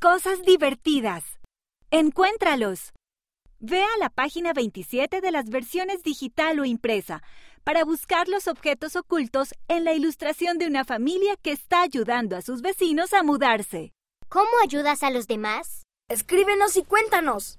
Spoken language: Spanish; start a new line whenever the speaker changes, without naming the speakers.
cosas divertidas. Encuéntralos. Ve a la página 27 de las versiones digital o impresa para buscar los objetos ocultos en la ilustración de una familia que está ayudando a sus vecinos a mudarse.
¿Cómo ayudas a los demás?
Escríbenos y cuéntanos.